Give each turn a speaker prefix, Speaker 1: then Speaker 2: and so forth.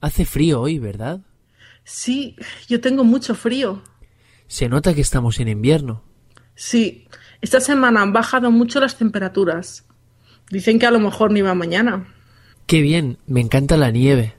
Speaker 1: Hace frío hoy, ¿verdad?
Speaker 2: Sí, yo tengo mucho frío.
Speaker 1: Se nota que estamos en invierno.
Speaker 2: Sí, esta semana han bajado mucho las temperaturas. Dicen que a lo mejor nieva mañana.
Speaker 1: Qué bien, me encanta la nieve.